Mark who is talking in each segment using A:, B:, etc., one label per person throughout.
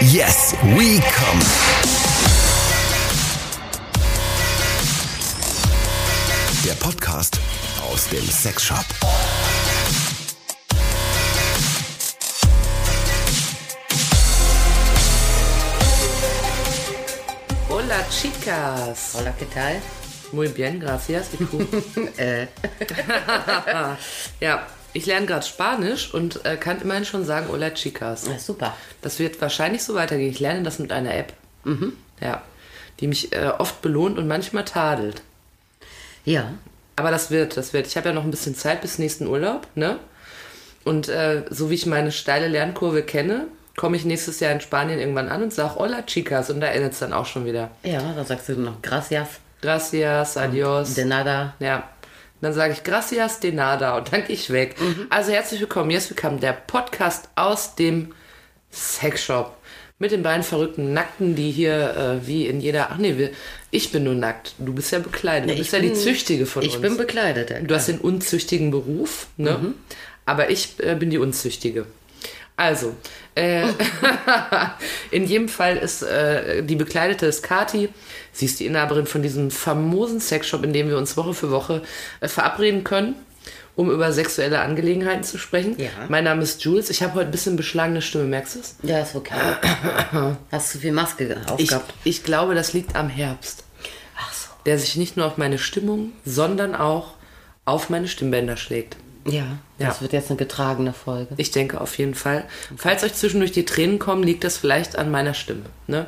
A: Yes, we come. Der Podcast aus dem Sexshop.
B: Hola, chicas.
C: Hola, ¿qué tal?
B: Muy bien, gracias. Y tú?
C: Äh,
B: ja, ich lerne gerade Spanisch und äh, kann immerhin schon sagen Hola, chicas.
C: na super.
B: Das wird wahrscheinlich so weitergehen. Ich lerne das mit einer App.
C: Mhm.
B: Ja, die mich äh, oft belohnt und manchmal tadelt.
C: Ja,
B: Aber das wird, das wird. Ich habe ja noch ein bisschen Zeit bis nächsten Urlaub, ne? Und äh, so wie ich meine steile Lernkurve kenne, komme ich nächstes Jahr in Spanien irgendwann an und sage Hola, chicas. Und da endet es dann auch schon wieder.
C: ja, dann sagst du noch gracias,
B: Gracias, adios.
C: de nada.
B: Ja. Dann sage ich Gracias de nada und dann gehe ich weg.
C: Mhm.
B: Also herzlich willkommen, yes willkommen, der Podcast aus dem Sexshop. Mit den beiden verrückten Nackten, die hier äh, wie in jeder. Ach nee, wir, ich bin nur nackt. Du bist ja bekleidet. Du
C: ich
B: bist ja die
C: bin-
B: Züchtige von
C: Ich
B: uns.
C: bin bekleidet. ja, Mhm.
B: du
C: klar.
B: hast den unzüchtigen Beruf, ne? Aber ich äh, bin die Unzüchtige. Also, äh, in jedem Fall ist äh, die Bekleidete ist Kati. Sie ist die Inhaberin von diesem famosen Sexshop, in dem wir uns Woche für Woche äh, verabreden können, um über sexuelle Angelegenheiten zu sprechen.
C: Ja.
B: Mein Name ist Jules. Ich habe heute ein bisschen beschlagene Stimme, merkst du es?
C: Ja, ist okay. hast du viel Maske
B: Ich,
C: aufgehabt?
B: ich glaube, das liegt am Herbst,
C: Ach so.
B: der sich nicht nur auf meine Stimmung, sondern auch auf meine Stimmbänder schlägt.
C: Ja, das
B: Ja.
C: wird jetzt eine getragene Folge.
B: Ich denke auf jeden Fall. Falls euch zwischendurch die Tränen kommen, liegt das vielleicht an meiner Stimme. Ne?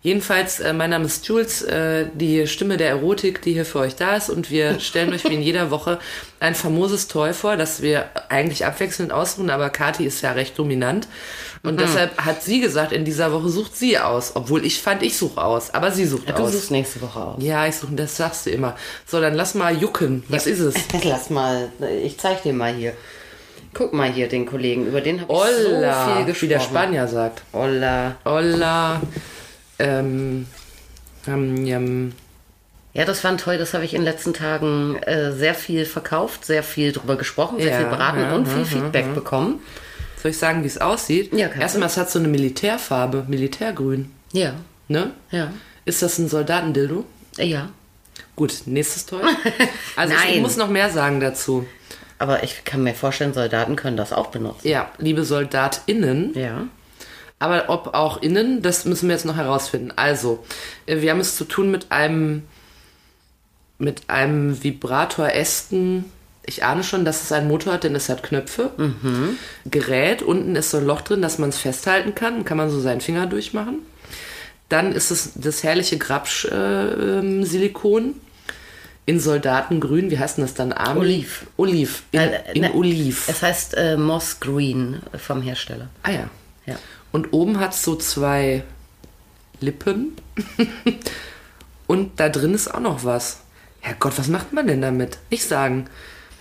B: Jedenfalls, äh, mein Name ist Jules, äh, die Stimme der Erotik, die hier für euch da ist. Und wir stellen euch wie in jeder Woche ein famoses Toy vor, das wir eigentlich abwechselnd aussuchen. Aber Kati ist ja recht dominant.
C: Mhm.
B: Und deshalb hat sie gesagt, in dieser Woche sucht sie aus. Obwohl ich fand, ich suche aus. Aber sie sucht
C: du
B: aus.
C: suchst nächste Woche aus.
B: ja, ich suche, das sagst du immer. So, dann lass mal jucken. Was ist es?
C: Lass mal, ich zeig dir mal hier. Guck mal hier den Kollegen, über den habe ich so viel
B: Olla,
C: gesprochen.
B: wie der Spanier sagt.
C: Olla.
B: Olla. Ähm, ähm, ähm,
C: Ja, das war ein toll, das habe ich in den letzten Tagen äh, sehr viel verkauft, sehr viel drüber gesprochen, sehr
B: Ja, Mhm,
C: viel beraten
B: ja,
C: und viel Feedback bekommen.
B: soll ich sagen, wie es aussieht?
C: Ja, kannst du.
B: Erstmal, es hat so eine Militärfarbe, Militärgrün.
C: Ja,
B: Ne?
C: ja,
B: Ist das ein Soldatendildo?
C: ja.
B: Gut, nächstes Toy. Also ich
C: Nein.
B: muss noch mehr sagen dazu.
C: Aber ich kann mir vorstellen, Soldaten können das auch benutzen.
B: Ja, liebe SoldatInnen.
C: Ja.
B: Aber ob auch innen, das müssen wir jetzt noch herausfinden. Also, äh, wir haben es zu tun mit einem mit einem Vibrator-Ästen. Ich ahne schon, dass es einen Motor hat, denn es hat Knöpfe.
C: Mhm.
B: Gerät, unten ist so ein Loch drin, dass man es festhalten kann. Dann Kann man so seinen Finger durchmachen. Dann ist es das herrliche Grapsch-Silikon in Soldatengrün. Wie heißt denn das dann? Arm?
C: Oliv.
B: Oliv. In,
C: Äh,
B: in
C: ne,
B: Oliv.
C: Es heißt äh, Moss Green vom Hersteller.
B: Ah ja.
C: Ja.
B: Und oben hat es so zwei Lippen. Und da drin ist auch noch was. Herrgott, was macht man denn damit? Nicht sagen.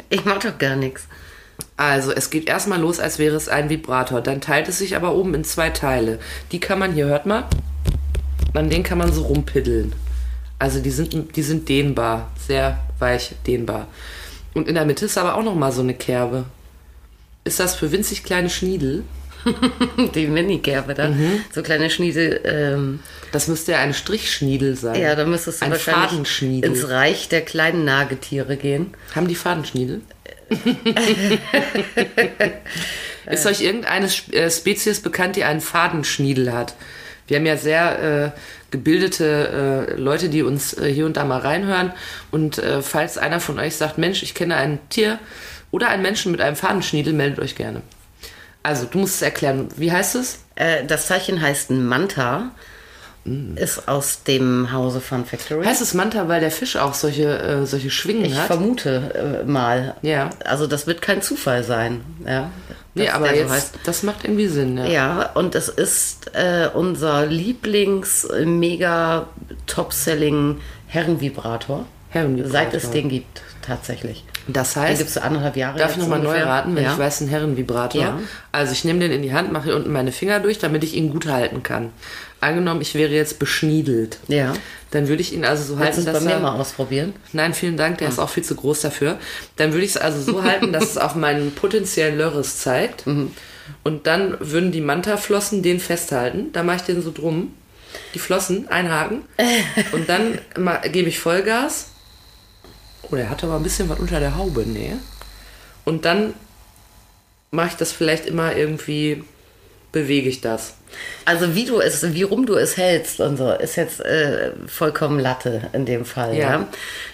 C: Ich mach doch gar nichts.
B: Also, es geht erstmal los, als wäre es ein Vibrator. Dann teilt es sich aber oben in zwei Teile. Die kann man hier, hört mal, an denen kann man so rumpiddeln. Also, die sind, die sind dehnbar. Sehr weich dehnbar. Und in der Mitte ist aber auch nochmal so eine Kerbe. Ist das für winzig kleine Schniedel?
C: Die Minikerbe da.
B: Mhm.
C: So kleine Schniedel. Ähm,
B: Das müsste ja ein Strichschniedel sein.
C: ja, da müsstest du
B: ein
C: wahrscheinlich
B: Fadenschniedel.
C: ins Reich der kleinen Nagetiere gehen.
B: Haben die Fadenschniedel? Ist euch irgendeine Sp- äh, Spezies bekannt, die einen Fadenschniedel hat? Wir haben ja sehr äh, gebildete äh, Leute, die uns äh, hier und da mal reinhören. Und äh, falls einer von euch sagt, Mensch, ich kenne ein Tier oder einen Menschen mit einem Fadenschniedel, meldet euch gerne. Also, du musst es erklären. Wie heißt es?
C: Äh, das Zeichen heißt Manta.
B: Mhm.
C: Ist aus dem Hause Fun Factory.
B: Heißt es Manta, weil der Fisch auch solche, äh, solche Schwingen
C: ich
B: hat?
C: vermute äh, mal.
B: Ja.
C: Also das wird kein Zufall sein. Ja.
B: Nee,
C: Dass
B: aber
C: der so
B: jetzt,
C: heißt.
B: das macht irgendwie Sinn, ja.
C: Ja, und es ist äh, unser Lieblings-mega-top-selling Herrenvibrator,
B: Herrenvibrator.
C: seit es den gibt, tatsächlich.
B: Das
C: Den
B: heißt,
C: gibst du anderthalb Jahre.
B: Darf ich
C: jetzt
B: nochmal neu
C: ungefähr.
B: raten, wenn
C: ja.
B: ich weiß, ein Herrenvibrator.
C: Ja.
B: Also ich nehme den in die Hand, mache hier unten meine Finger durch, damit ich ihn gut halten kann. Angenommen, ich wäre jetzt beschniedelt.
C: Ja.
B: Dann würde ich ihn also so halten,
C: Willst du es bei
B: dass
C: mir
B: er...
C: mal ausprobieren?
B: Nein, vielen Dank,
C: Ah.
B: der ist auch viel zu groß dafür. Dann würde ich es also so halten, dass es auf meinen potenziellen Lörres zeigt.
C: Mhm.
B: Und dann würden die Mantaflossen den festhalten. Da mache ich den so drum. Die Flossen einhaken. Und dann ma- gebe ich Vollgas. Oh, der hat aber ein bisschen was unter der Haube, nee. Und dann mache ich das vielleicht immer irgendwie, bewege ich das.
C: Also wie du es, wie rum du es hältst und so, ist jetzt äh, vollkommen Latte in dem Fall.
B: Ja.
C: Ja.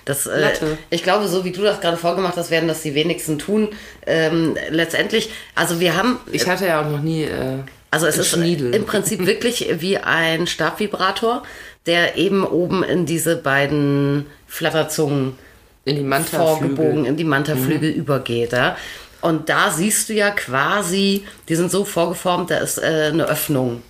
C: Das, äh,
B: Latte.
C: Ich glaube, so wie du das gerade vorgemacht hast, werden das die wenigsten tun. Ähm, letztendlich, also wir haben,
B: Ich hatte ja auch noch nie. Äh,
C: also es
B: einen
C: ist
B: Schniedel.
C: im Prinzip wirklich wie ein Stabvibrator, der eben oben in diese beiden Flatterzungen
B: in die Mantaflügel. Mhm.
C: vorgebogen in die Mantaflügel übergeht. Ja? Und da siehst du ja quasi, die sind so vorgeformt, da ist äh, eine Öffnung.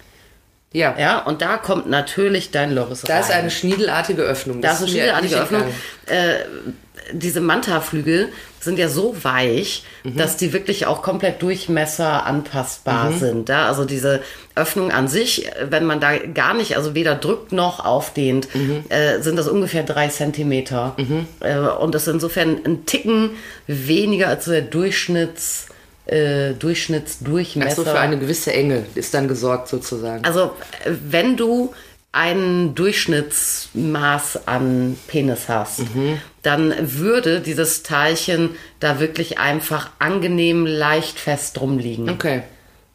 B: Ja.
C: Ja, und da kommt natürlich dein Loris
B: Da
C: rein.
B: ist eine schniedelartige Öffnung.
C: da ist
B: mir
C: eine schwierige
B: nicht
C: Öffnung.
B: entgangen.
C: Äh, diese Mantaflügel sind ja so weich,
B: Mhm.
C: dass die wirklich auch komplett Durchmesser anpassbar
B: Mhm.
C: sind. Ja? Also diese Öffnung an sich, äh, wenn man da gar nicht, also weder drückt noch aufdehnt,
B: Mhm.
C: äh, sind das ungefähr drei Zentimeter. Äh, und das ist insofern ein Ticken weniger als so der Durchschnitts, äh, Durchschnittsdurchmesser.
B: Ach so, für eine gewisse Enge ist dann gesorgt sozusagen.
C: Also, äh, wenn du ein Durchschnittsmaß an Penis hast, dann würde dieses Teilchen da wirklich einfach angenehm leicht fest drum liegen.
B: okay.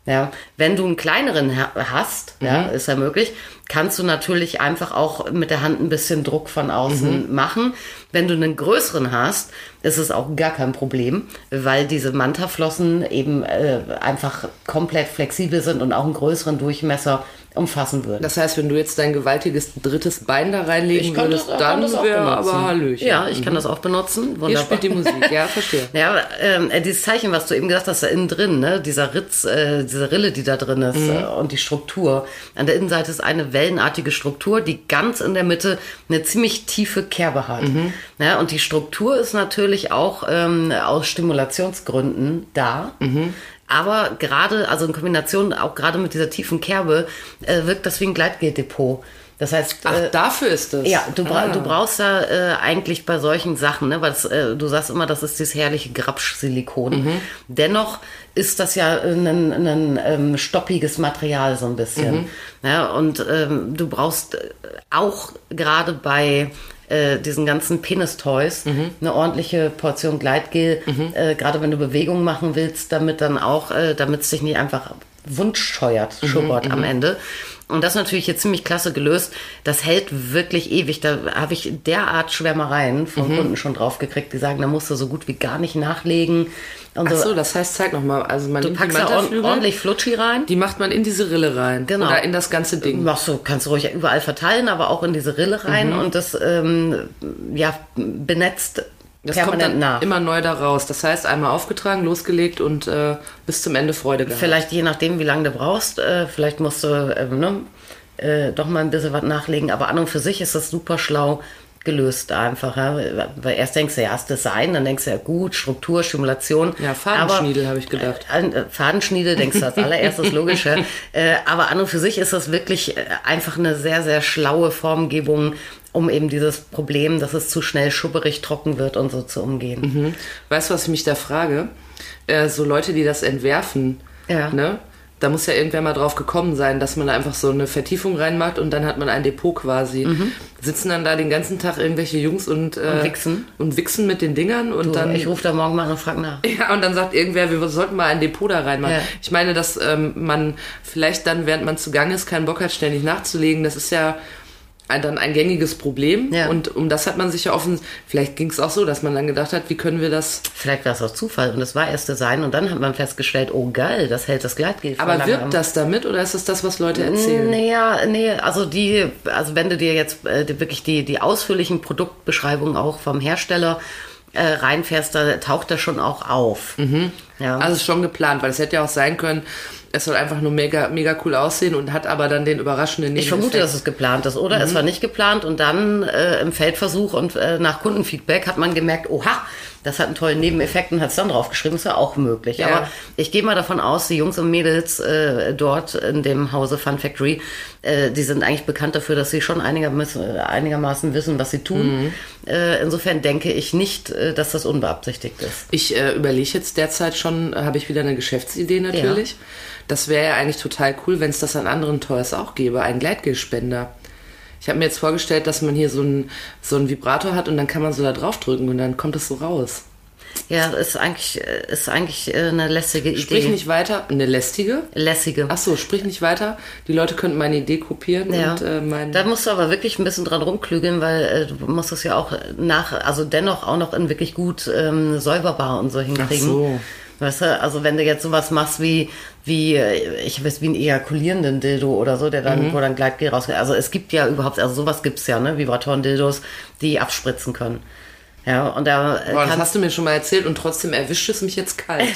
C: Ja, wenn du einen kleineren ha- hast, ja, ist ja möglich, kannst du natürlich einfach auch mit der Hand ein bisschen Druck von außen machen. Wenn du einen größeren hast, ist es auch gar kein Problem, weil diese Mantaflossen eben äh, einfach komplett flexibel sind und auch einen größeren Durchmesser umfassen würden.
B: Das heißt, wenn du jetzt dein gewaltiges drittes Bein da reinlegen
C: kann
B: würdest,
C: das- kann
B: dann
C: das auch
B: wäre
C: benutzen.
B: aber Hallöchen. Mhm.
C: Ja, ich kann das auch benutzen. Wunderbar.
B: Hier spielt die Musik, ja, verstehe.
C: Ja, aber, ähm, dieses Zeichen, was du eben gesagt hast, da innen drin, ne? dieser Ritz, äh, diese Rille, die da drin
B: Mhm.
C: ist äh, und die Struktur. An der Innenseite ist eine wellenartige Struktur, die ganz in der Mitte eine ziemlich tiefe Kerbe hat.
B: Mhm.
C: Ja, und die Struktur ist natürlich auch ähm, aus Stimulationsgründen da.
B: Mhm.
C: Aber gerade, also in Kombination auch gerade mit dieser tiefen Kerbe, äh, wirkt das wie ein Gleitgeldepot. Das heißt,
B: Ach,
C: äh,
B: dafür ist das.
C: ja, du, bra
B: Ah.
C: du brauchst ja äh, eigentlich bei solchen Sachen, ne, weil das, äh, du sagst immer, das ist dieses herrliche Grapsch-Silikon. Dennoch ist das ja ein, ein ähm, stoppiges Material so ein bisschen. Ja, und ähm, du brauchst äh, auch gerade bei äh, diesen ganzen Penis-Toys eine ordentliche Portion Gleitgel, äh, gerade wenn du Bewegungen machen willst, damit dann auch, äh, damit es dich nicht einfach wund scheuert, schubbert am Ende. Und das ist natürlich hier ziemlich klasse gelöst. Das hält wirklich ewig. Da habe ich derart Schwärmereien von
B: Mhm.
C: Kunden schon drauf gekriegt, die sagen, da musst du so gut wie gar nicht nachlegen. Und
B: Ach
C: so.
B: so, das heißt, zeig nochmal. Also man
C: Du
B: nimmt die
C: packst da ord-
B: Mantaflügel,
C: ordentlich Flutschi rein.
B: die macht man in diese Rille rein.
C: Genau.
B: Oder in das ganze Ding.
C: Machst du, kannst du ruhig überall verteilen, aber auch in diese Rille rein
B: Mhm.
C: und das ähm, ja, benetzt
B: Das kommt
C: permanent
B: dann
C: nach.
B: immer neu da raus. Das heißt, einmal aufgetragen, losgelegt und äh, bis zum Ende Freude gehabt.
C: Vielleicht je nachdem, wie lange du brauchst, äh, vielleicht musst du ähm, ne, äh, doch mal ein bisschen was nachlegen. Aber an und für sich ist das super schlau gelöst einfach. Ja? Weil erst denkst du, ja, ist Design, dann denkst du, ja gut, Struktur, Stimulation.
B: Ja, Fadenschniedel habe ich gedacht.
C: An- äh, Fadenschniedel denkst du als allererstes logisch. ja. Äh, aber an und für sich ist das wirklich äh, einfach eine sehr, sehr schlaue Formgebung, um eben dieses Problem, dass es zu schnell schubberig trocken wird und so zu umgehen.
B: Mhm, Weißt du, was ich mich da frage? Äh, so Leute, die das entwerfen,
C: Ja.
B: ne? Da muss ja irgendwer mal drauf gekommen sein, dass man da einfach so eine Vertiefung reinmacht und dann hat man ein Depot quasi. Sitzen dann da den ganzen Tag irgendwelche Jungs und, äh,
C: Mhm. Und wichsen.
B: und wichsen mit den Dingern und
C: So,
B: dann
C: ich rufe da morgen mal an und frage nach.
B: ja, und dann sagt irgendwer, wir sollten mal ein Depot da reinmachen.
C: Ja.
B: Ich meine, dass ähm, man vielleicht dann, während man zu Gang ist, keinen Bock hat, ständig nachzulegen. Das ist ja ein, dann ein gängiges Problem.
C: Ja.
B: Und um das hat man sich ja offen. Vielleicht ging es auch so, dass man dann gedacht hat, wie können wir das
C: Vielleicht war es auch Zufall und es war erst Design und dann hat man festgestellt, oh geil, das hält das Gleitgel. voll
B: Aber
C: lange am-
B: wirkt das damit oder ist es das, was Leute erzählen?
C: Naja, nee, also die, also wenn du dir jetzt äh, die, wirklich die, die ausführlichen Produktbeschreibungen auch vom Hersteller äh, reinfährst, da taucht das schon auch auf. Ja.
B: Also ist schon geplant, weil es hätte ja auch sein können, es soll einfach nur mega, mega cool aussehen und hat aber dann den überraschenden
C: ich vermute, dass
B: Nebeneffekt.
C: es geplant ist, oder?
B: Mhm.
C: Es war nicht geplant und dann äh, im Feldversuch und äh, nach Kundenfeedback hat man gemerkt, oha, das hat einen tollen Nebeneffekt und hat es dann draufgeschrieben, ist ja auch möglich.
B: Ja.
C: Aber ich gehe mal davon aus, die Jungs und Mädels äh, dort in dem Hause Fun Factory, äh, die sind eigentlich bekannt dafür, dass sie schon einigermaßen, einigermaßen wissen, was sie tun.
B: Mhm.
C: Äh, insofern denke ich nicht, äh, dass das unbeabsichtigt ist.
B: Ich äh, überlege jetzt derzeit schon, äh, habe ich wieder eine Geschäftsidee natürlich. Das wäre ja eigentlich total cool, wenn es das an anderen Toys auch gäbe, einen Gleitgelspender. Ich habe mir jetzt vorgestellt, dass man hier so einen so einen Vibrator hat und dann kann man so da drauf drücken und dann kommt das so raus.
C: Ja, ist eigentlich, ist eigentlich äh, eine lässige Idee.
B: Sprich nicht weiter, eine lästige.
C: lässige.
B: Ach so, sprich nicht weiter. Die Leute könnten meine Idee kopieren
C: Ja.
B: und äh, mein.
C: Da musst du aber wirklich ein bisschen dran rumklügeln, weil äh, du musst es ja auch nach, also dennoch auch noch in wirklich gut ähm, säuberbar und so hinkriegen.
B: Ach so.
C: Weißt du, also wenn du jetzt sowas machst wie, wie, äh, ich weiß, wie einen ejakulierenden Dildo oder so, der
B: Mhm.
C: dann, wo dann Gleitgel rausgeht. Also es gibt ja überhaupt, also sowas gibt's ja, ne, Vibratoren-Dildos, die abspritzen können. Ja, und da äh,
B: Boah, das
C: kannst
B: hast du mir schon mal erzählt und trotzdem erwischt es mich jetzt kalt.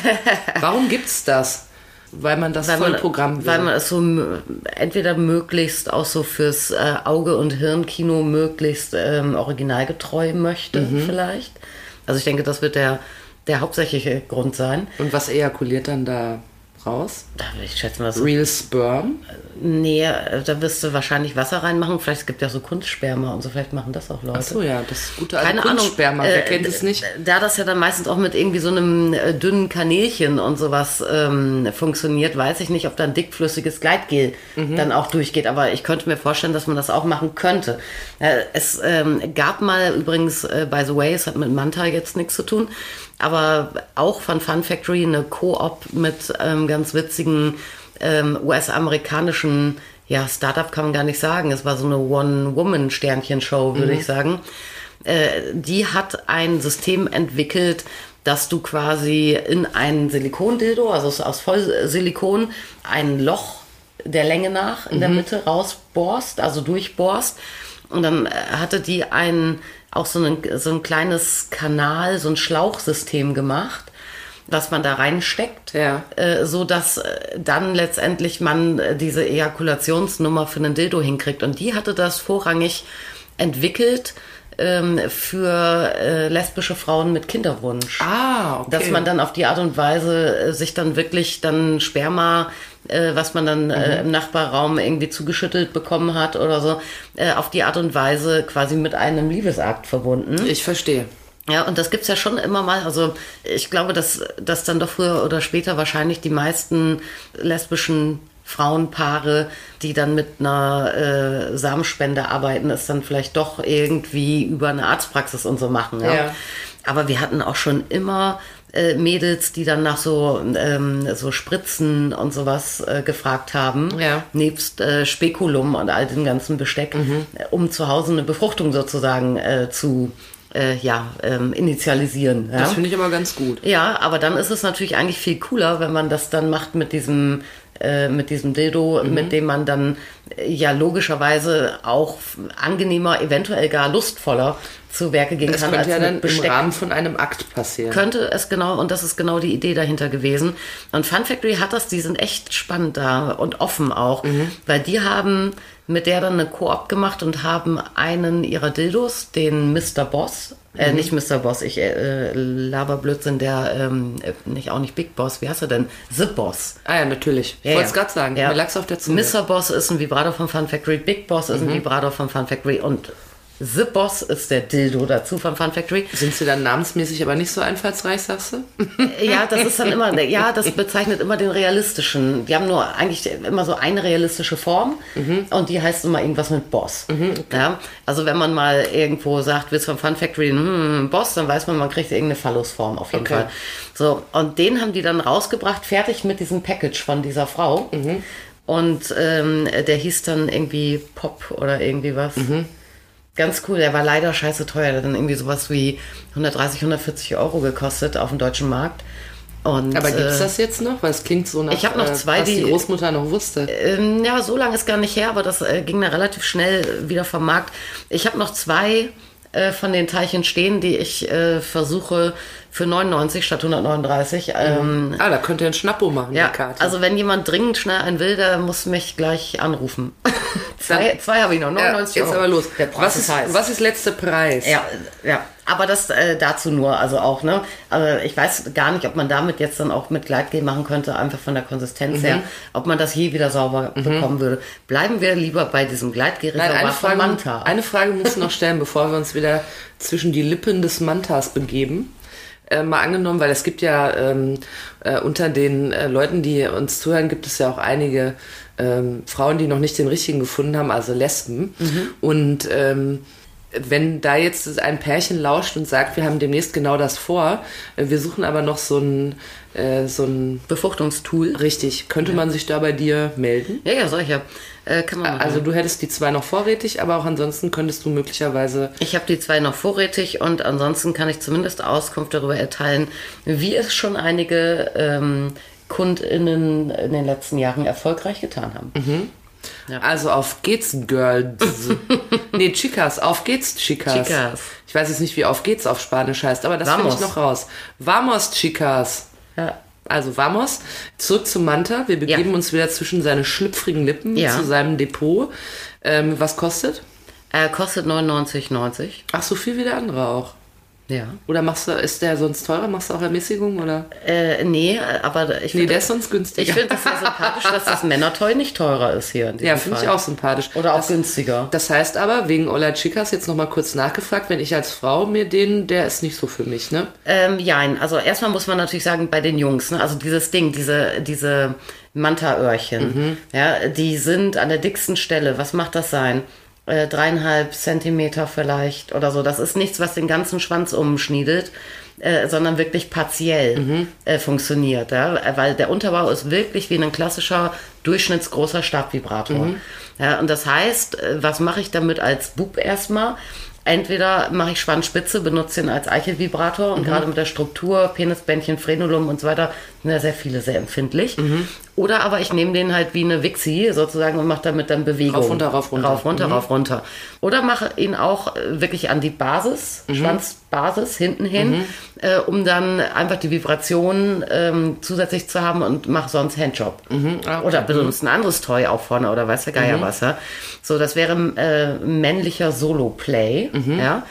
B: Warum gibt's das? Weil man das
C: man-
B: Vollprogramm will.
C: Weil man es so m- entweder möglichst auch so fürs äh, Auge- und Hirnkino möglichst ähm, originalgetreu möchte, vielleicht. Also ich denke, das wird der, der hauptsächliche Grund sein.
B: und was ejakuliert dann da raus?
C: Da will Ich schätze mal, so,
B: Real Sperm?
C: nee, äh, da wirst du wahrscheinlich Wasser reinmachen. Vielleicht gibt es ja so Kunstsperma und so, vielleicht machen das auch Leute.
B: Achso, ja, das gute alte
C: Also Keine Ahnung.
B: Kunstsperma,
C: äh,
B: wer kennt es nicht?
C: Da das ja dann meistens auch mit irgendwie so einem äh, dünnen Kanälchen und sowas ähm, funktioniert, weiß ich nicht, ob da ein dickflüssiges Gleitgel
B: Mhm.
C: dann auch durchgeht. Aber ich könnte mir vorstellen, dass man das auch machen könnte. Äh, es ähm, gab mal übrigens, äh, by the way, es hat mit Manta jetzt nichts zu tun, aber auch von Fun Factory eine Koop mit ähm, ganz witzigen ähm, US-amerikanischen ja, Startup kann man gar nicht sagen. Es war so eine One-Woman-Sternchen-Show, würde ich sagen äh, die hat ein System entwickelt, dass du quasi in einen Silikondildo, also es ist aus Vollsilikon, ein Loch der Länge nach in der Mitte rausbohrst, also durchbohrst. Und dann äh, hatte die ein, auch so ein, so ein kleines Kanal, so ein Schlauchsystem gemacht, was man da reinsteckt
B: Ja.
C: äh, so dass äh, dann letztendlich man äh, diese Ejakulationsnummer für einen Dildo hinkriegt. Und die hatte das vorrangig entwickelt ähm, für äh, lesbische Frauen mit Kinderwunsch.
B: Ah, okay.
C: Dass man dann auf die Art und Weise äh, sich dann wirklich dann Sperma, äh, was man dann äh,
B: Mhm.
C: im Nachbarraum irgendwie zugeschüttelt bekommen hat oder so, äh, auf die Art und Weise quasi mit einem Liebesakt verbunden.
B: ich verstehe.
C: Ja, und das gibt's ja schon immer mal. Also ich glaube, dass, dass dann doch früher oder später wahrscheinlich die meisten lesbischen Frauenpaare, die dann mit einer äh, Samenspende arbeiten, es dann vielleicht doch irgendwie über eine Arztpraxis und so machen. Ja.
B: Ja.
C: Aber wir hatten auch schon immer äh, Mädels, die dann nach so, ähm, so Spritzen und sowas äh, gefragt haben,
B: Ja.
C: nebst äh, Spekulum und all dem ganzen Besteck,
B: Mhm.
C: äh, um zu Hause eine Befruchtung sozusagen äh, zu äh, ja, ähm, initialisieren. Ja?
B: Das finde ich aber ganz gut.
C: Ja, aber dann ist es natürlich eigentlich viel cooler, wenn man das dann macht mit diesem äh, mit diesem Dildo,
B: Mhm.
C: mit dem man dann äh, ja logischerweise auch f- angenehmer, eventuell gar lustvoller zu Werke gehen
B: Das
C: kann
B: könnte ja
C: mit
B: dann im Rahmen von einem Akt passieren.
C: könnte es genau, und das ist genau die Idee dahinter gewesen. Und Fun Factory hat das, die sind echt spannend da und offen auch,
B: Mhm.
C: weil die haben mit der dann eine Koop gemacht und haben einen ihrer Dildos, den Mr. Boss, äh,
B: Mhm.
C: nicht Mr. Boss, ich äh, äh, laber Blödsinn, der, ähm, äh, nicht, auch nicht Big Boss, wie heißt er denn? The Boss.
B: ah ja, natürlich. Ich
C: Ja,
B: wollte es
C: ja.
B: gerade sagen.
C: Ja.
B: Mir lag's auf der Zunge. Mhm.
C: Mr. Boss ist ein Vibrator von Fun Factory, Big Boss ist ein Vibrator von Fun Factory und The Boss ist der Dildo dazu von Fun Factory.
B: Sind sie dann namensmäßig aber nicht so einfallsreich, sagst du?
C: Ja, das ist dann immer, ja, das bezeichnet immer den realistischen. Die haben nur eigentlich immer so eine realistische Form und die heißt immer irgendwas mit Boss. ja, also wenn man mal irgendwo sagt, wir von Fun Factory hm, Boss, dann weiß man, man kriegt irgendeine Phallusform auf jeden
B: Okay.
C: Fall. So, und den haben die dann rausgebracht, fertig mit diesem Package von dieser Frau. Und ähm, der hieß dann irgendwie Pop oder irgendwie was. Ganz cool, der war leider scheiße teuer. Der hat dann irgendwie sowas wie 130, 140 Euro gekostet auf dem deutschen Markt. Und,
B: Aber gibt's
C: äh,
B: das jetzt noch? Weil es klingt so nach,
C: Ich hab noch
B: äh,
C: zwei,
B: was die,
C: die-
B: Großmutter noch wusste.
C: ähm, ja, so lange ist gar nicht her, aber das äh, ging dann relativ schnell wieder vom Markt. Ich habe noch zwei äh, von den Teilchen stehen, die ich äh, versuche für 99 statt 139. Ähm,
B: Ah, da könnt ihr einen Schnappo machen,
C: Ja,
B: die Karte.
C: also wenn jemand dringend schnell einen will, der muss mich gleich anrufen. Zwei, zwei habe ich noch,
B: Ja,
C: 99
B: jetzt
C: Euro.
B: aber los.
C: Der Preis
B: was, ist,
C: heiß.
B: was ist letzter Preis?
C: Ja, ja. Aber das äh, dazu nur, also auch, ne? Aber ich weiß gar nicht, ob man damit jetzt dann auch mit Gleitgel machen könnte, einfach von der Konsistenz
B: Mhm.
C: her, ob man das je wieder sauber bekommen würde. Bleiben wir lieber bei diesem
B: Nein,
C: Gleitgel-Reservat
B: eine
C: von
B: Frage,
C: Manta.
B: eine Frage musst du noch stellen, bevor wir uns wieder zwischen die Lippen des Mantas begeben. Äh, mal angenommen, weil es gibt ja ähm, äh, unter den äh, Leuten, die uns zuhören, gibt es ja auch einige ähm, Frauen, die noch nicht den richtigen gefunden haben, also Lesben.
C: Mhm.
B: Und ähm, wenn da jetzt ein Pärchen lauscht und sagt, wir haben demnächst genau das vor, äh, wir suchen aber noch so ein, äh, so ein
C: Befruchtungstool.
B: richtig, könnte man sich da bei dir melden?
C: Ja, ja, solche. Äh, kann man machen.
B: Also du hättest die zwei noch vorrätig, aber auch ansonsten könntest du möglicherweise.
C: Ich habe die zwei noch vorrätig und ansonsten kann ich zumindest Auskunft darüber erteilen, wie es schon einige ähm, KundInnen in den letzten Jahren erfolgreich getan haben.
B: Mhm. Also auf geht's, Girls. nee, Chicas, auf geht's, Chicas.
C: Chicas.
B: Ich weiß jetzt nicht, wie auf geht's auf Spanisch heißt, aber das finde ich
C: Vamos.
B: noch raus. Vamos, Chicas.
C: Ja.
B: Also vamos. Zurück zu Manta. Wir begeben uns wieder zwischen seine schlüpfrigen Lippen
C: Ja.
B: zu seinem Depot. Ähm, was kostet?
C: Äh, kostet 99,90.
B: Ach, so viel wie der andere auch.
C: Ja.
B: Oder machst du, ist der sonst teurer? Machst du auch Ermäßigung? Oder?
C: Äh, nee, aber ich
B: Nee,
C: finde
B: der ist sonst günstiger.
C: ich find das sehr sympathisch, dass das Männertoy nicht teurer ist hier in diesem
B: ja,
C: Fall.
B: finde ich auch sympathisch.
C: Oder auch
B: das,
C: günstiger.
B: Das heißt aber, wegen Ola Chicas jetzt nochmal kurz nachgefragt, wenn ich als Frau mir den, der ist nicht so für mich, ne?
C: Ähm, jein, also erstmal muss man natürlich sagen, bei den Jungs, ne, also dieses Ding, diese, diese Manta-Öhrchen, ja, die sind an der dicksten Stelle. Was macht das sein? Äh, dreieinhalb Zentimeter vielleicht oder so. Das ist nichts, was den ganzen Schwanz umschniedet, äh, sondern wirklich partiell äh, funktioniert. Ja? Weil der Unterbau ist wirklich wie ein klassischer, durchschnittsgroßer Stabvibrator. Ja, und das heißt, äh, was mache ich damit als Bub erstmal? Entweder mache ich Schwanzspitze, benutze ihn als Eichelvibrator
B: Mhm.
C: und gerade mit der Struktur, Penisbändchen, Frenulum und so weiter sind ja sehr viele sehr empfindlich.
B: Mhm.
C: Oder aber ich nehme den halt wie eine Wixi sozusagen und mache damit dann Bewegung.
B: Rauf, runter, rauf, runter.
C: Rauf, runter, rauf, runter. Oder mache ihn auch äh, wirklich an die Basis,
B: Mhm.
C: Schwanzbasis hinten hin, äh, um dann einfach die Vibrationen ähm, zusätzlich zu haben und mache sonst Handjob.
B: ah, okay. Mhm.
C: Oder benutzt ein anderes Toy auch vorne oder weiß der Geier was. Ja? So, das wäre äh, männlicher Solo-Play.
B: Mhm.
C: Ja?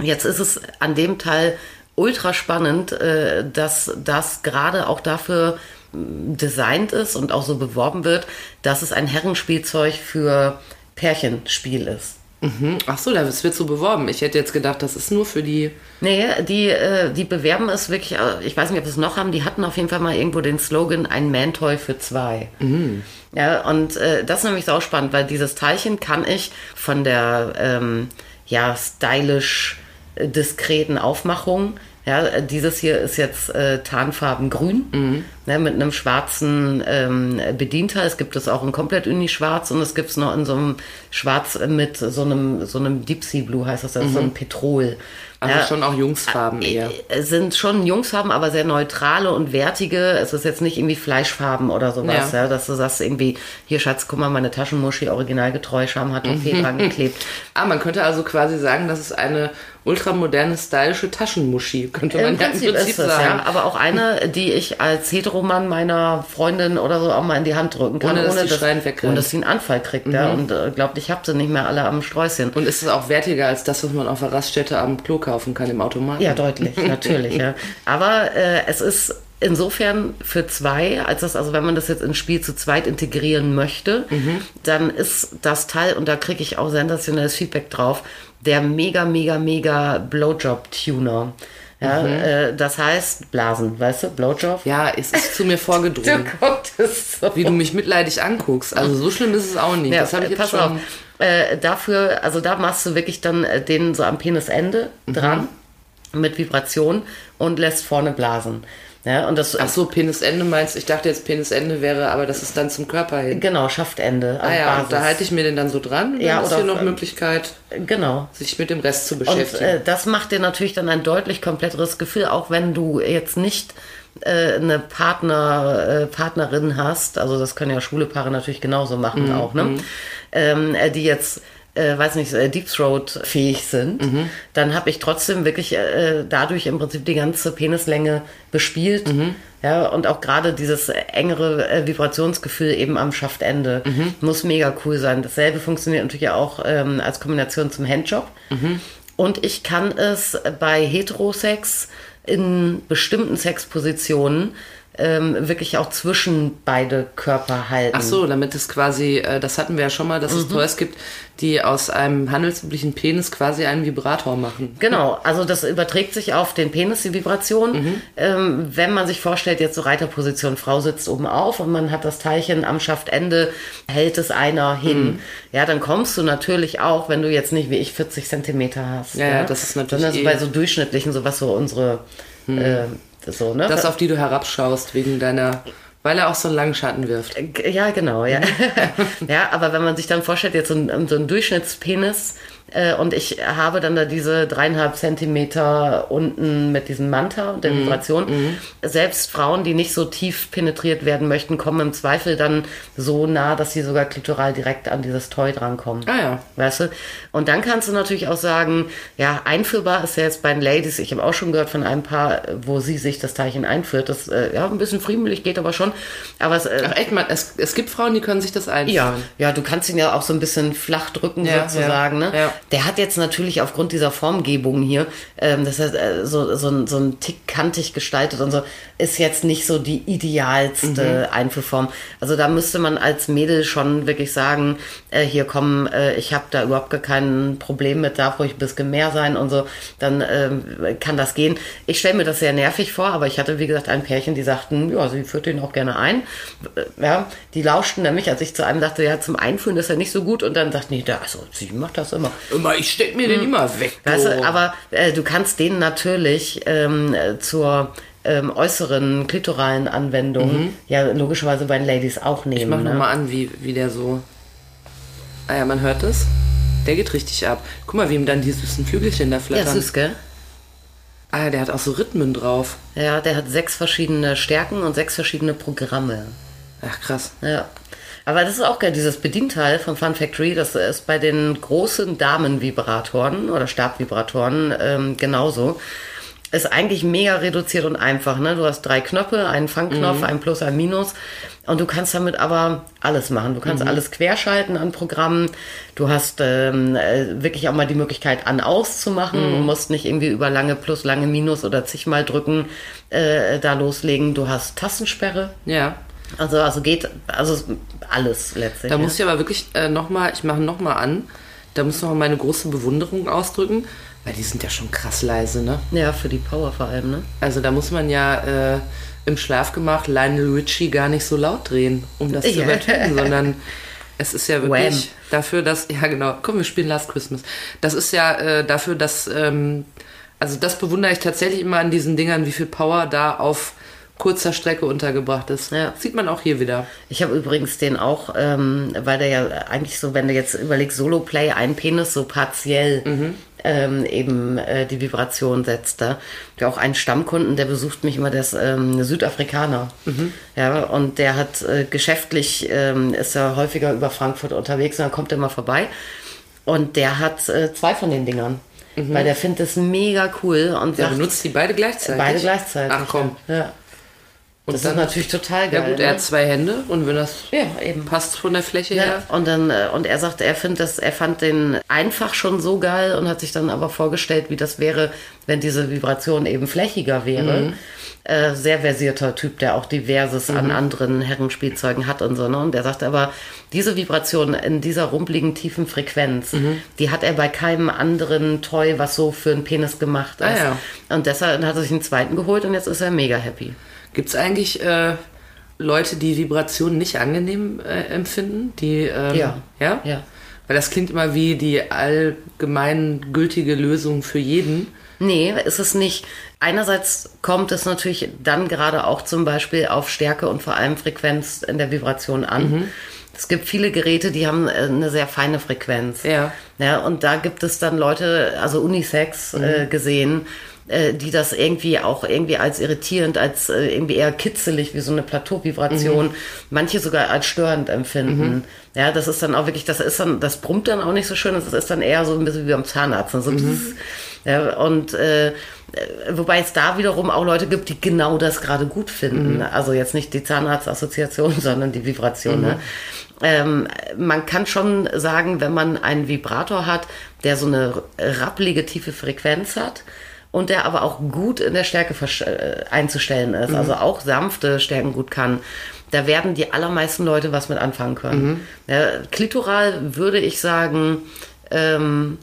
C: Jetzt ist es an dem Teil ultra spannend, äh, dass das gerade auch dafür mh, designt ist und auch so beworben wird, dass es ein Herrenspielzeug für Pärchenspiel ist. Mhm.
B: Ach so, das wird so beworben. Ich hätte jetzt gedacht, das ist nur für die.
C: Nee, die, äh, die bewerben es wirklich, äh, ich weiß nicht, ob sie es noch haben, die hatten auf jeden Fall mal irgendwo den Slogan, ein Man-Toy für zwei.
B: Mhm.
C: Ja, und äh, das ist nämlich auch spannend, weil dieses Teilchen kann ich von der, ähm, ja, stylisch äh, diskreten Aufmachung, ja, äh, dieses hier ist jetzt äh, Tarnfarbengrün,
B: Mhm.
C: ne, mit einem schwarzen ähm, Bedienter. Es gibt es auch in komplett Uni-Schwarz und es gibt es noch in so einem Schwarz mit so einem, so einem Deep Sea Blue heißt das, das ist so ein Petrol.
B: Mhm. Also
C: Ja, Ah,
B: schon auch Jungsfarben eher.
C: es Äh, sind schon Jungsfarben, aber sehr neutrale und wertige. Es ist jetzt nicht irgendwie Fleischfarben oder sowas,
B: Ja.
C: ja. dass du sagst irgendwie, hier Schatz, guck mal, meine Taschenmuschi, originalgetreu, Scham
B: Mhm.
C: hat okay dran geklebt.
B: Ah, man könnte also quasi sagen, das ist eine ultramoderne, stylische Taschenmuschi, könnte man
C: Im
B: ja
C: Prinzip ist es,
B: sagen.
C: ja. Aber auch eine, die ich als Heteroman meiner Freundin oder so auch mal in die Hand drücken kann,
B: Ohne dass sie schreiend wegrennt. Mhm.
C: ohne dass sie einen Anfall kriegt, ja. Und äh, glaubt, ich hab sie nicht mehr alle am Sträußchen.
B: Und ist es auch wertiger als das, was man auf der Raststätte am Klo kaufen kann, im Automaten?
C: Ja, deutlich, natürlich, ja. Aber äh, es ist insofern für zwei, als das, also wenn man das jetzt ins Spiel zu zweit integrieren möchte,
B: Mhm.
C: dann ist das Teil, und da kriege ich auch sensationelles Feedback drauf, der mega, mega, mega Blowjob-Tuner. Ja, äh, das heißt Blasen, weißt du, Blowjob.
B: Mhm. Ja, es ist zu mir vorgedrungen.
C: guckst es so.
B: Wie du mich mitleidig anguckst. Also so schlimm ist es auch nicht. das habe ich
C: äh,
B: jetzt
C: pass
B: schon.
C: auf. Äh, dafür, also da machst du wirklich dann äh, den so am Penisende
B: Mhm.
C: dran mit Vibration und lässt vorne blasen. Ja, und das
B: Ach so, Penisende meinst Ich dachte jetzt Penisende wäre, aber das ist dann zum Körper hin.
C: genau schafft Ende.
B: Ah ja, und da halte ich mir den dann so dran.
C: Ja,
B: dann ist
C: oder
B: hier
C: auf-
B: noch Möglichkeit,
C: genau.
B: sich mit dem Rest zu
C: Und
B: beschäftigen.
C: äh, das macht dir natürlich dann ein deutlich kompletteres Gefühl, auch wenn du jetzt nicht äh, eine Partner, äh, Partnerin hast, also das können ja schwule Paare natürlich genauso machen auch, ne? Ähm, äh, die jetzt äh, weiß nicht, äh, Deep Throat fähig sind, dann habe ich trotzdem wirklich äh, dadurch im Prinzip die ganze Penislänge bespielt. Ja, und auch gerade dieses engere äh, Vibrationsgefühl eben am Schaftende muss mega cool sein. Dasselbe funktioniert natürlich auch ähm, als Kombination zum Handjob. Und ich kann es bei Heterosex in bestimmten Sexpositionen ähm, wirklich auch zwischen beide Körper halten.
B: Ach so, damit es quasi, äh, das hatten wir ja schon mal, dass
C: Mhm.
B: es Toys gibt, die aus einem handelsüblichen Penis quasi einen Vibrator machen.
C: Genau, also das überträgt sich auf den Penis, die Vibration.
B: Mhm.
C: Ähm, wenn man sich vorstellt, jetzt so Reiterposition, Frau sitzt oben auf und man hat das Teilchen am Schaftende, hält es einer hin.
B: Mhm.
C: Ja, dann kommst du natürlich auch, wenn du jetzt nicht wie ich 40 Zentimeter hast. ne?
B: Ja, ja, das ist natürlich eh-
C: Sondern
B: Mhm.
C: bei so durchschnittlichen, so was so unsere, äh, so, ne?
B: Das, auf die du herabschaust wegen deiner, weil er auch so einen langen Schatten wirft.
C: G- Ja, genau, ja.
B: Mhm.
C: ja, aber wenn man sich dann vorstellt, jetzt so ein, so ein Durchschnittspenis äh, und ich habe dann da diese dreieinhalb Zentimeter unten mit diesem Manta und der
B: Mhm.
C: Vibration. Selbst Frauen, die nicht so tief penetriert werden möchten, kommen im Zweifel dann so nah, dass sie sogar klitoral direkt an dieses Toy drankommen.
B: Ah ja.
C: Weißt du? Und dann kannst du natürlich auch sagen, ja, einführbar ist ja jetzt bei den Ladies, ich habe auch schon gehört von einem Paar, äh, wo sie sich das Teilchen einführt. Das, äh, ja, ein bisschen friemelig geht aber schon. Aber es, äh,
B: Ach echt, man, es, es gibt Frauen, die können sich das einführen.
C: ja, ja, du kannst ihn ja auch so ein bisschen flach drücken
B: Ja,
C: sozusagen.
B: ja,
C: ne?
B: ja.
C: Der hat jetzt natürlich aufgrund dieser Formgebung hier, ähm, das heißt, äh, so, so, ein, so ein Tick kantig gestaltet und so, ist jetzt nicht so die idealste Einführform. Also da müsste man als Mädel schon wirklich sagen, äh, hier kommen, äh, ich habe da überhaupt gar kein Problem mit, darf ruhig ein bisschen mehr sein und so, dann ähm, kann das gehen. Ich stelle mir das sehr nervig vor, aber ich hatte, wie gesagt, ein Pärchen, die sagten, ja, sie führt den auch gerne ein. Äh, Ja, die lauschten nämlich, als ich zu einem sagte, ja, zum Einführen ist er nicht so gut und dann sagt, nee, da, also, sie macht das immer.
B: Immer, ich steck mir den immer weg. du.
C: Mhm. Weißt du, aber äh, du kannst den natürlich ähm, äh, zur ähm, äußeren klitoralen Anwendung ja logischerweise bei den Ladies auch nehmen.
B: Mhm. Ich mach
C: ne?
B: nochmal an, wie, wie der so. Ah ja, man hört es. Der geht richtig ab. Guck mal, wie ihm dann die süßen Flügelchen da
C: Ja,
B: flattern.
C: süß, gell?
B: ah ja, der hat auch so Rhythmen drauf.
C: Ja, der hat sechs verschiedene Stärken und sechs verschiedene Programme.
B: Ach krass.
C: Ja. Aber das ist auch geil, dieses Bedienteil von Fun Factory, das ist bei den großen Damenvibratoren oder Stabvibratoren ähm, genauso. Ist eigentlich mega reduziert und einfach. Ne? Du hast drei Knöpfe, einen Fangknopf, ein Plus, ein Minus. Und du kannst damit aber alles machen. Du kannst alles querschalten an Programmen. Du hast ähm, äh, wirklich auch mal die Möglichkeit, an-aus zu machen. Du musst nicht irgendwie über lange Plus, lange Minus oder zigmal drücken, äh, da loslegen. Du hast Tastensperre.
B: Ja.
C: Also, also geht, also alles letztlich.
B: Da
C: ja.
B: muss ich aber wirklich äh, nochmal, ich mache nochmal an. Da muss ich nochmal meine große Bewunderung ausdrücken, weil die sind ja schon krass leise, ne?
C: ja, für die Power vor allem, ne?
B: Also da muss man ja äh, im Schlafgemach Lionel Richie gar nicht so laut drehen, um das zu
C: Ja.
B: übertönen, sondern es ist ja wirklich dafür, dass, ja genau, komm, wir spielen Last Christmas. Das ist ja äh, dafür, dass, ähm, also das bewundere ich tatsächlich immer an diesen Dingern, wie viel Power da auf kurzer Strecke untergebracht ist.
C: Ja.
B: Sieht man auch hier wieder.
C: Ich habe übrigens den auch, ähm, weil der ja eigentlich so, wenn du jetzt überlegst, Solo-Play, ein Penis so partiell
B: Mhm.
C: ähm, eben äh, die Vibration setzt. Da ja auch einen Stammkunden, der besucht mich immer, der ist ähm, Südafrikaner.
B: Mhm.
C: Ja, und der hat äh, geschäftlich, ähm, ist er häufiger über Frankfurt unterwegs und dann kommt er mal vorbei. Und der hat äh, zwei von den Dingern. Weil der findet es mega cool und
B: Der
C: sagt,
B: Mhm. benutzt die beide gleichzeitig.
C: Beide gleichzeitig.
B: Ach komm.
C: Ja.
B: Und
C: Das
B: dann-
C: ist natürlich total
B: Ja
C: geil.
B: gut, er
C: ne?
B: hat zwei Hände und wenn das
C: Ja, eben.
B: passt von der Fläche
C: Ja,
B: her.
C: und dann äh, und er sagt, er findet das, er fand den einfach schon so geil und hat sich dann aber vorgestellt, wie das wäre, wenn diese Vibration eben flächiger wäre.
B: Mhm.
C: Äh, sehr versierter Typ, der auch diverses an anderen Herrenspielzeugen hat und so. Ne? Und er sagt aber, diese Vibration in dieser rumpeligen tiefen Frequenz,
B: Mhm.
C: die hat er bei keinem anderen Toy, was so für einen Penis gemacht ist.
B: Ah, ja.
C: Und deshalb hat er sich einen zweiten geholt und jetzt ist er mega happy.
B: Gibt es eigentlich äh, Leute, die Vibrationen nicht angenehm äh, empfinden? Die, ähm,
C: Ja.
B: ja.
C: Ja.
B: Weil das klingt immer wie die allgemein gültige Lösung für jeden.
C: Nee, ist es nicht. Einerseits kommt es natürlich dann gerade auch zum Beispiel auf Stärke und vor allem Frequenz in der Vibration an. Es gibt viele Geräte, die haben äh, eine sehr feine Frequenz.
B: Ja.
C: Ne? Ja, und da gibt es dann Leute, also Unisex äh, gesehen, äh, die das irgendwie auch irgendwie als irritierend, als äh, irgendwie eher kitzelig, wie so eine Plateauvibration, manche sogar als störend empfinden. Ja, das ist dann auch wirklich, das ist dann, das brummt dann auch nicht so schön, das ist dann eher so ein bisschen wie beim Zahnarzt. ne, So ja, und äh, Wobei es da wiederum auch Leute gibt, die genau das gerade gut finden. Also jetzt nicht die Zahnarztassoziation, sondern die Vibration. Ne? Ähm, man kann schon sagen, wenn man einen Vibrator hat, der so eine rappelige, tiefe Frequenz hat und der aber auch gut in der Stärke versch- äh, einzustellen ist, also auch sanfte Stärken gut kann, da werden die allermeisten Leute was mit anfangen können. Ja, klitoral würde ich sagen, ähm,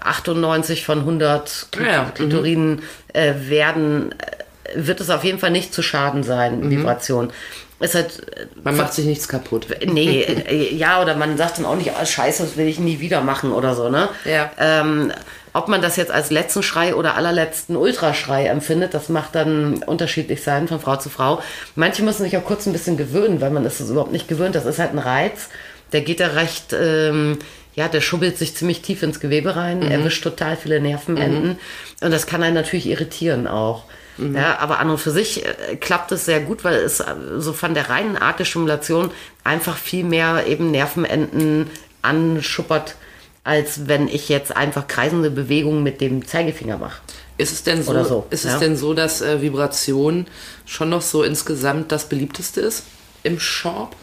C: 98 von 100 Kli-
B: Ja, mhm.
C: Klitorinen äh, werden, äh, wird es auf jeden Fall nicht zu schaden sein,
B: Mhm.
C: Vibration. Ist halt,
B: Man macht sich nichts kaputt.
C: äh, nee, äh, ja, oder man sagt dann auch nicht, ah, scheiße, das will ich nie wieder machen oder so, ne?
B: Ja.
C: Ähm, ob man das jetzt als letzten Schrei oder allerletzten Ultraschrei empfindet, das macht dann unterschiedlich sein von Frau zu Frau. Manche müssen sich auch kurz ein bisschen gewöhnen, weil man ist es überhaupt nicht gewöhnt. Das ist halt ein Reiz. Der geht da recht, ähm, ja, der schubbelt sich ziemlich tief ins Gewebe rein, erwischt total viele Nervenenden. Und das kann einen natürlich irritieren auch. Ja, aber an und für sich äh, klappt es sehr gut, weil es äh, so von der reinen Art der Stimulation einfach viel mehr eben Nervenenden anschuppert, als wenn ich jetzt einfach kreisende Bewegungen mit dem Zeigefinger mache.
B: Ist es denn so,
C: Oder so,
B: ist
C: ja.
B: es denn so dass äh, Vibration schon noch so insgesamt das beliebteste ist im Shop?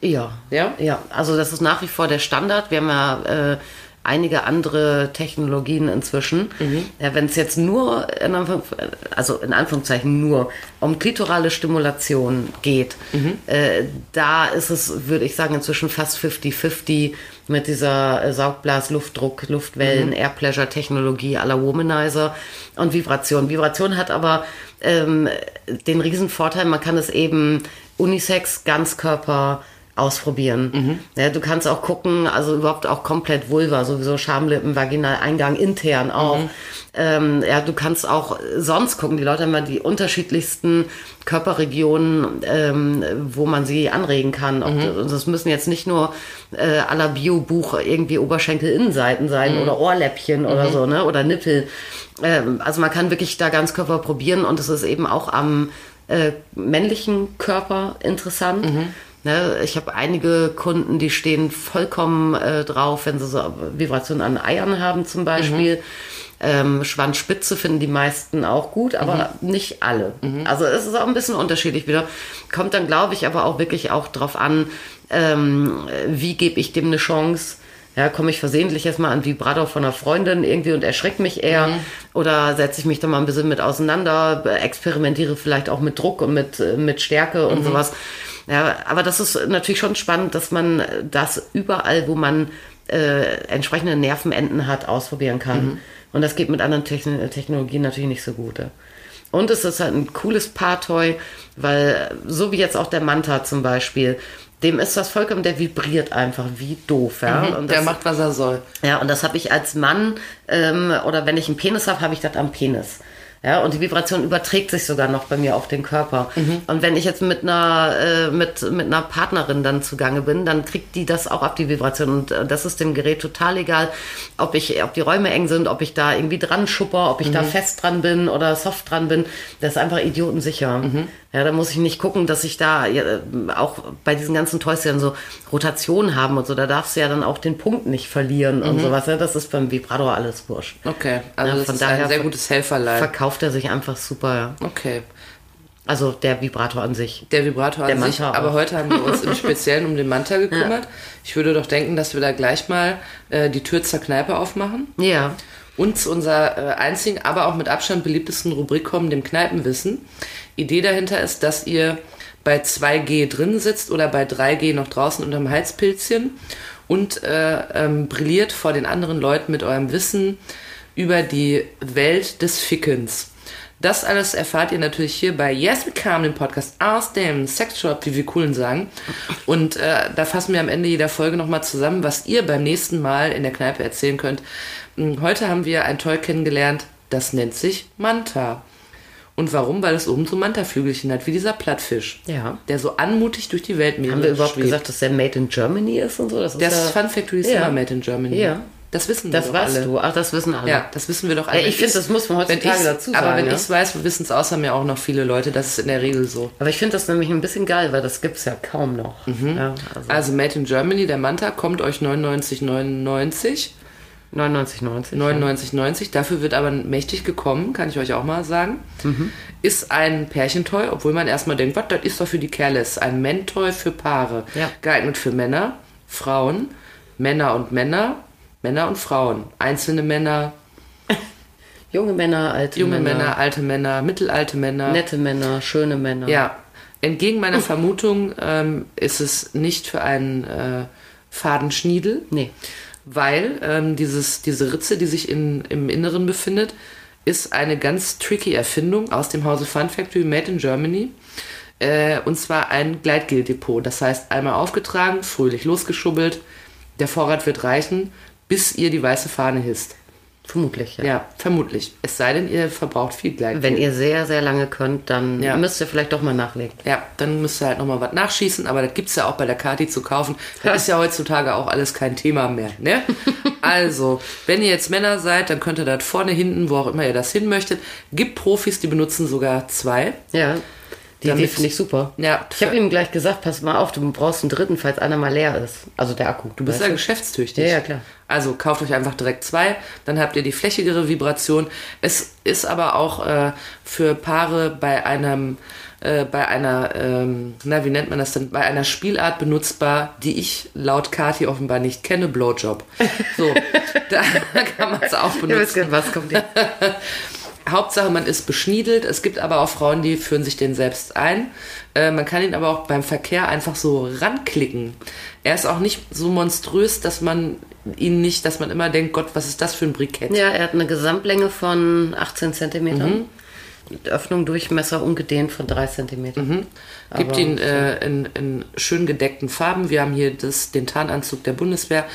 C: Ja.
B: Ja?
C: Ja, also das ist nach wie vor der Standard. Wir haben ja äh, einige andere Technologien inzwischen. Ja, Wenn es jetzt nur, in Anfang, also in Anführungszeichen nur, um klitorale Stimulation geht, äh, da ist es, würde ich sagen, inzwischen fast 50-50 mit dieser äh, Saugblas, Luftdruck, Luftwellen, Air Pleasure Technologie aller Womanizer und Vibration. Vibration hat aber ähm, den riesen Vorteil, man kann es eben Unisex, Ganzkörper ausprobieren. Ja, du kannst auch gucken, also überhaupt auch komplett Vulva, sowieso Schamlippen, Vaginaleingang, intern auch. Ähm, ja, du kannst auch sonst gucken. Die Leute haben ja die unterschiedlichsten Körperregionen, ähm, wo man sie anregen kann. Ob das- Und das müssen jetzt nicht nur äh, à la Bio-Buch irgendwie Oberschenkel-Innenseiten sein oder Ohrläppchen oder so, ne? Oder Nippel. Ähm, also man kann wirklich da ganz Körper probieren und es ist eben auch am äh, männlichen Körper interessant. Ne, ich habe einige Kunden, die stehen vollkommen äh, drauf, wenn sie so Vibrationen an Eiern haben zum Beispiel. Ähm, Schwanzspitze finden die meisten auch gut, aber nicht alle. Also es ist auch ein bisschen unterschiedlich wieder. Kommt dann, glaube ich, aber auch wirklich auch drauf an, ähm, wie gebe ich dem eine Chance. Ja, komme ich versehentlich jetzt mal an Vibrator von einer Freundin irgendwie und erschreckt mich eher oder setze ich mich da mal ein bisschen mit auseinander, experimentiere vielleicht auch mit Druck und mit, äh, mit Stärke und sowas. Ja, aber das ist natürlich schon spannend, dass man äh, das überall, wo man äh, entsprechende Nervenenden hat, ausprobieren kann. Und das geht mit anderen Techn Technologien natürlich nicht so gut. ja. Und es ist halt ein cooles Paartoy, weil äh, so wie jetzt auch der Manta zum Beispiel, dem ist das vollkommen, der vibriert einfach wie doof. Ja? Und
B: Hm, Der
C: das,
B: macht, was er soll.
C: ja, und das habe ich als Mann ähm, oder wenn ich einen Penis habe, habe ich das am Penis. Ja, und die Vibration überträgt sich sogar noch bei mir auf den Körper.
B: Mhm.
C: Und wenn ich jetzt mit einer, äh, mit, mit einer Partnerin dann zugange bin, dann kriegt die das auch ab, die Vibration. Und äh, das ist dem Gerät total egal, ob ich, ob die Räume eng sind, ob ich da irgendwie dran schupper, ob ich
B: Mhm.
C: da fest dran bin oder soft dran bin. Das ist einfach idiotensicher.
B: Mhm.
C: Ja, da muss ich nicht gucken, dass ich da ja, äh, auch bei diesen ganzen Toys die dann so Rotation haben und so. Da darfst du ja dann auch den Punkt nicht verlieren
B: Mhm.
C: und sowas. Ja, das ist beim Vibrator alles wurscht.
B: Okay, also
C: Ja,
B: das
C: von
B: ist
C: daher
B: ein sehr
C: ver-
B: gutes Helferlein.
C: Verkauft er sich einfach super. ja.
B: Okay,
C: Also der Vibrator an sich.
B: der Vibrator
C: Der
B: an sich.
C: Manta auch.
B: Aber heute haben wir uns im Speziellen um den Manta gekümmert. Ich würde doch denken, dass wir da gleich mal äh, die Tür zur Kneipe aufmachen
C: Ja.
B: und zu unserer äh, einzigen, aber auch mit Abstand beliebtesten Rubrik kommen, dem Kneipenwissen. Idee dahinter ist, dass ihr bei 2G drin sitzt oder bei 3G noch draußen unterm Heizpilzchen und äh, ähm, brilliert vor den anderen Leuten mit eurem Wissen über die Welt des Fickens. Das alles erfahrt ihr natürlich hier bei Yes We Come, dem Podcast aus dem Sexshop, wie wir coolen sagen. Und äh, da fassen wir am Ende jeder Folge nochmal zusammen, was ihr beim nächsten Mal in der Kneipe erzählen könnt. Hm, Heute haben wir ein Toy kennengelernt, das nennt sich Manta. Und warum? Weil es oben so Mantaflügelchen hat, wie dieser Plattfisch.
C: Ja.
B: Der so anmutig durch die Welt
C: Haben wir überhaupt gesagt, dass der Made in Germany ist und so? Das ist
B: Das
C: ja,
B: ist Fun Factory ist
C: Ja.
B: immer made in Germany.
C: Ja.
B: Das wissen wir
C: Das
B: doch
C: weißt
B: alle.
C: du. Ach, das wissen alle.
B: Ja, das wissen wir doch alle.
C: Also Ja, ich
B: Wenn
C: finde,
B: ich's-
C: das muss man heutzutage
B: wenn ich's-
C: dazu
B: Aber
C: sagen,
B: wenn
C: ja.
B: ich es weiß, wissen es außer mir auch noch viele Leute. Das ist in der Regel so.
C: Aber ich finde das nämlich ein bisschen geil, weil das gibt's ja kaum noch. Ja, also
B: Also Made in Germany, der Manta, kommt euch 99,99.
C: 99,90.
B: 99,90. Dafür wird aber mächtig gekommen, kann ich euch auch mal sagen.
C: Mhm.
B: Ist ein Pärchentoy, obwohl man erstmal denkt, was, das ist doch für die Kerles. Ein Mentoy für Paare.
C: Ja.
B: Geeignet für Männer, Frauen, Männer und Männer, Männer und Frauen. Einzelne Männer,
C: Junge Männer, alte
B: junge
C: Männer,
B: Männer, alte Männer, mittelalte Männer.
C: nette Männer, schöne Männer.
B: Ja. Entgegen meiner Vermutung ähm, ist es nicht für einen äh, Fadenschniedel.
C: Nee.
B: weil ähm, dieses, diese Ritze, die sich in, im Inneren befindet, ist eine ganz tricky Erfindung aus dem Hause Fun Factory Made in Germany. Äh, und zwar ein Gleitgeldepot. Das heißt, einmal aufgetragen, fröhlich losgeschubbelt. Der Vorrat wird reichen, bis ihr die weiße Fahne hisst.
C: Vermutlich, ja.
B: Ja, vermutlich. Es sei denn, ihr verbraucht viel Gleitgeld.
C: Wenn ihr sehr, sehr lange könnt, dann
B: Ja.
C: müsst ihr vielleicht doch mal nachlegen.
B: Ja, dann müsst ihr halt nochmal was nachschießen, aber das gibt's ja auch bei der Kati zu kaufen. Das ist ja heutzutage auch alles kein Thema mehr, ne? Also, wenn ihr jetzt Männer seid, dann könnt ihr das vorne, hinten, wo auch immer ihr das hin möchtet. Gibt Profis, die benutzen sogar zwei.
C: Ja. Die Idee
B: Damit-
C: finde ich super.
B: Ja.
C: Ich habe ihm gleich gesagt, pass mal auf, du brauchst einen dritten, falls einer mal leer ist. Also der Akku.
B: Du bist ja geschäftstüchtig.
C: Ja, ja, klar.
B: Also kauft euch einfach direkt zwei, dann habt ihr die flächigere Vibration. Es ist aber auch äh, für Paare bei einem, äh, bei einer, ähm, na wie nennt man das denn, bei einer Spielart benutzbar, die ich laut Kati offenbar nicht kenne, Blowjob. So, da kann man es auch
C: ja,
B: benutzen.
C: was, was kommt jetzt?
B: Hauptsache, man ist beschniedelt. Es gibt aber auch Frauen, die führen sich den selbst ein. Äh, man kann ihn aber auch beim Verkehr einfach so ranklicken. Er ist auch nicht so monströs, dass man ihn nicht, dass man immer denkt, Gott, was ist das für ein Brikett?
C: ja, er hat eine Gesamtlänge von 18
B: Mhm.
C: Zentimetern. Öffnung, Durchmesser ungedehnt von 3 Zentimetern.
B: Mhm. Gibt ihn äh, in, in schön gedeckten Farben. Wir haben hier das, den Tarnanzug der Bundeswehr.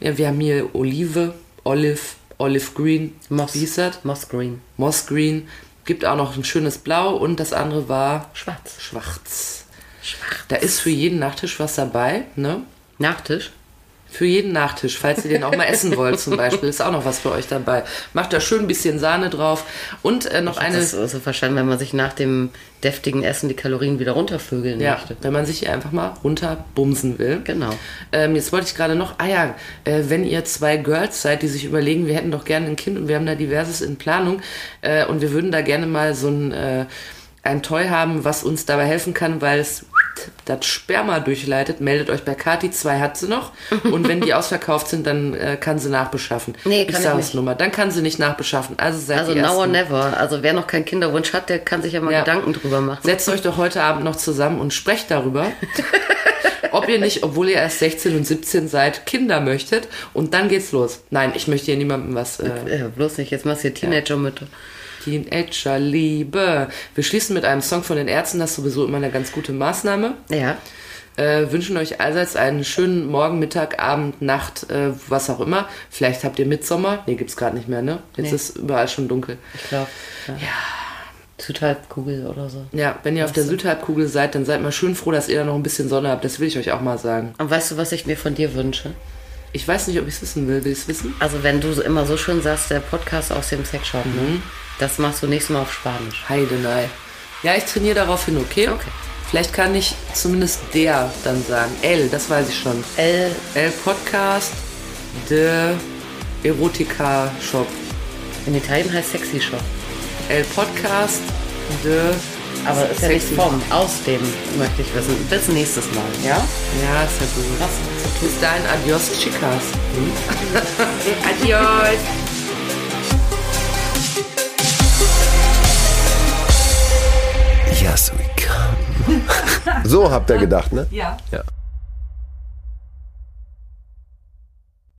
B: Ja, Wir haben hier Olive, Olive, Olive Green,
C: Moss.
B: wie hieß das?
C: Moss Green.
B: Moss Green. Gibt auch noch ein schönes Blau und das andere war
C: Schwarz.
B: schwarz.
C: Schwarz.
B: Da ist für jeden Nachtisch was dabei, ne?
C: Nachtisch.
B: Für jeden Nachtisch, falls ihr den auch mal essen wollt zum Beispiel, ist auch noch was für euch dabei. Macht da schön ein bisschen Sahne drauf und äh, noch eine,
C: Das ist so verstanden, wenn man sich nach dem deftigen Essen die Kalorien wieder runtervögeln
B: ja,
C: möchte.
B: wenn man sich hier einfach mal runterbumsen will.
C: Genau.
B: Ähm, jetzt wollte ich gerade noch, ah ja, äh, wenn ihr zwei Girls seid, die sich überlegen, wir hätten doch gerne ein Kind und wir haben da diverses in Planung äh, und wir würden da gerne mal so ein, äh, ein Toy haben, was uns dabei helfen kann, weil es das Sperma durchleitet, meldet euch bei Kati, zwei hat sie noch und wenn die ausverkauft sind, dann äh, kann sie nachbeschaffen.
C: Nee, kann ich
B: sage
C: nicht.
B: es nur mal, dann kann sie nicht nachbeschaffen. Also seid
C: Also
B: die
C: now or
B: Ersten.
C: never. Also wer noch keinen Kinderwunsch hat, der kann sich ja Ne? mal
B: Ja.
C: Gedanken drüber machen.
B: Setzt euch doch heute Abend noch zusammen und sprecht darüber, ob ihr nicht, obwohl ihr erst 16 und 17 seid, Kinder möchtet. Und dann geht's los. Nein, ich möchte hier niemandem was. Äh,
C: Äh, bloß nicht, jetzt machst du hier Teenager mit.
B: Teenager-Liebe. Wir schließen mit einem Song von den Ärzten, das ist sowieso immer eine ganz gute Maßnahme.
C: Ja.
B: Äh, wünschen euch allseits einen schönen Morgen, Mittag, Abend, Nacht, äh, was auch immer. Vielleicht habt ihr Mitsommer. Nee, gibt's gerade nicht mehr, ne? Jetzt
C: Nee.
B: ist überall schon dunkel.
C: Ich glaube. Ja. Südhalbkugel oder so.
B: Ja, wenn ihr auf der Südhalbkugel seid, dann seid mal schön froh, dass ihr da noch ein bisschen Sonne habt. Das will ich euch auch mal sagen.
C: Und weißt du, was ich mir von dir wünsche?
B: Ich weiß nicht, ob ich es wissen will. Will ich es wissen?
C: Also wenn du so immer so schön sagst, der Podcast aus dem Sexshop, ne? das machst du nächstes Mal auf Spanisch.
B: Heidenei. Ja, ich trainiere darauf hin, okay?
C: Okay.
B: Vielleicht kann ich zumindest der dann sagen. L, das weiß ich schon.
C: L,
B: L Podcast, de Erotika Shop.
C: in Italien heißt Sexy Shop.
B: L Podcast, de.
C: Aber ist ja nicht
B: Sexy.
C: vom. Aus dem möchte ich wissen. Bis nächstes Mal. Ja?
B: Ja, ist ja gut.
C: Was?
B: Bis dahin, adios, Chicas.
C: Adios.
A: Yes, we can.
D: So habt ihr gedacht, ne?
B: Ja.
A: Ja.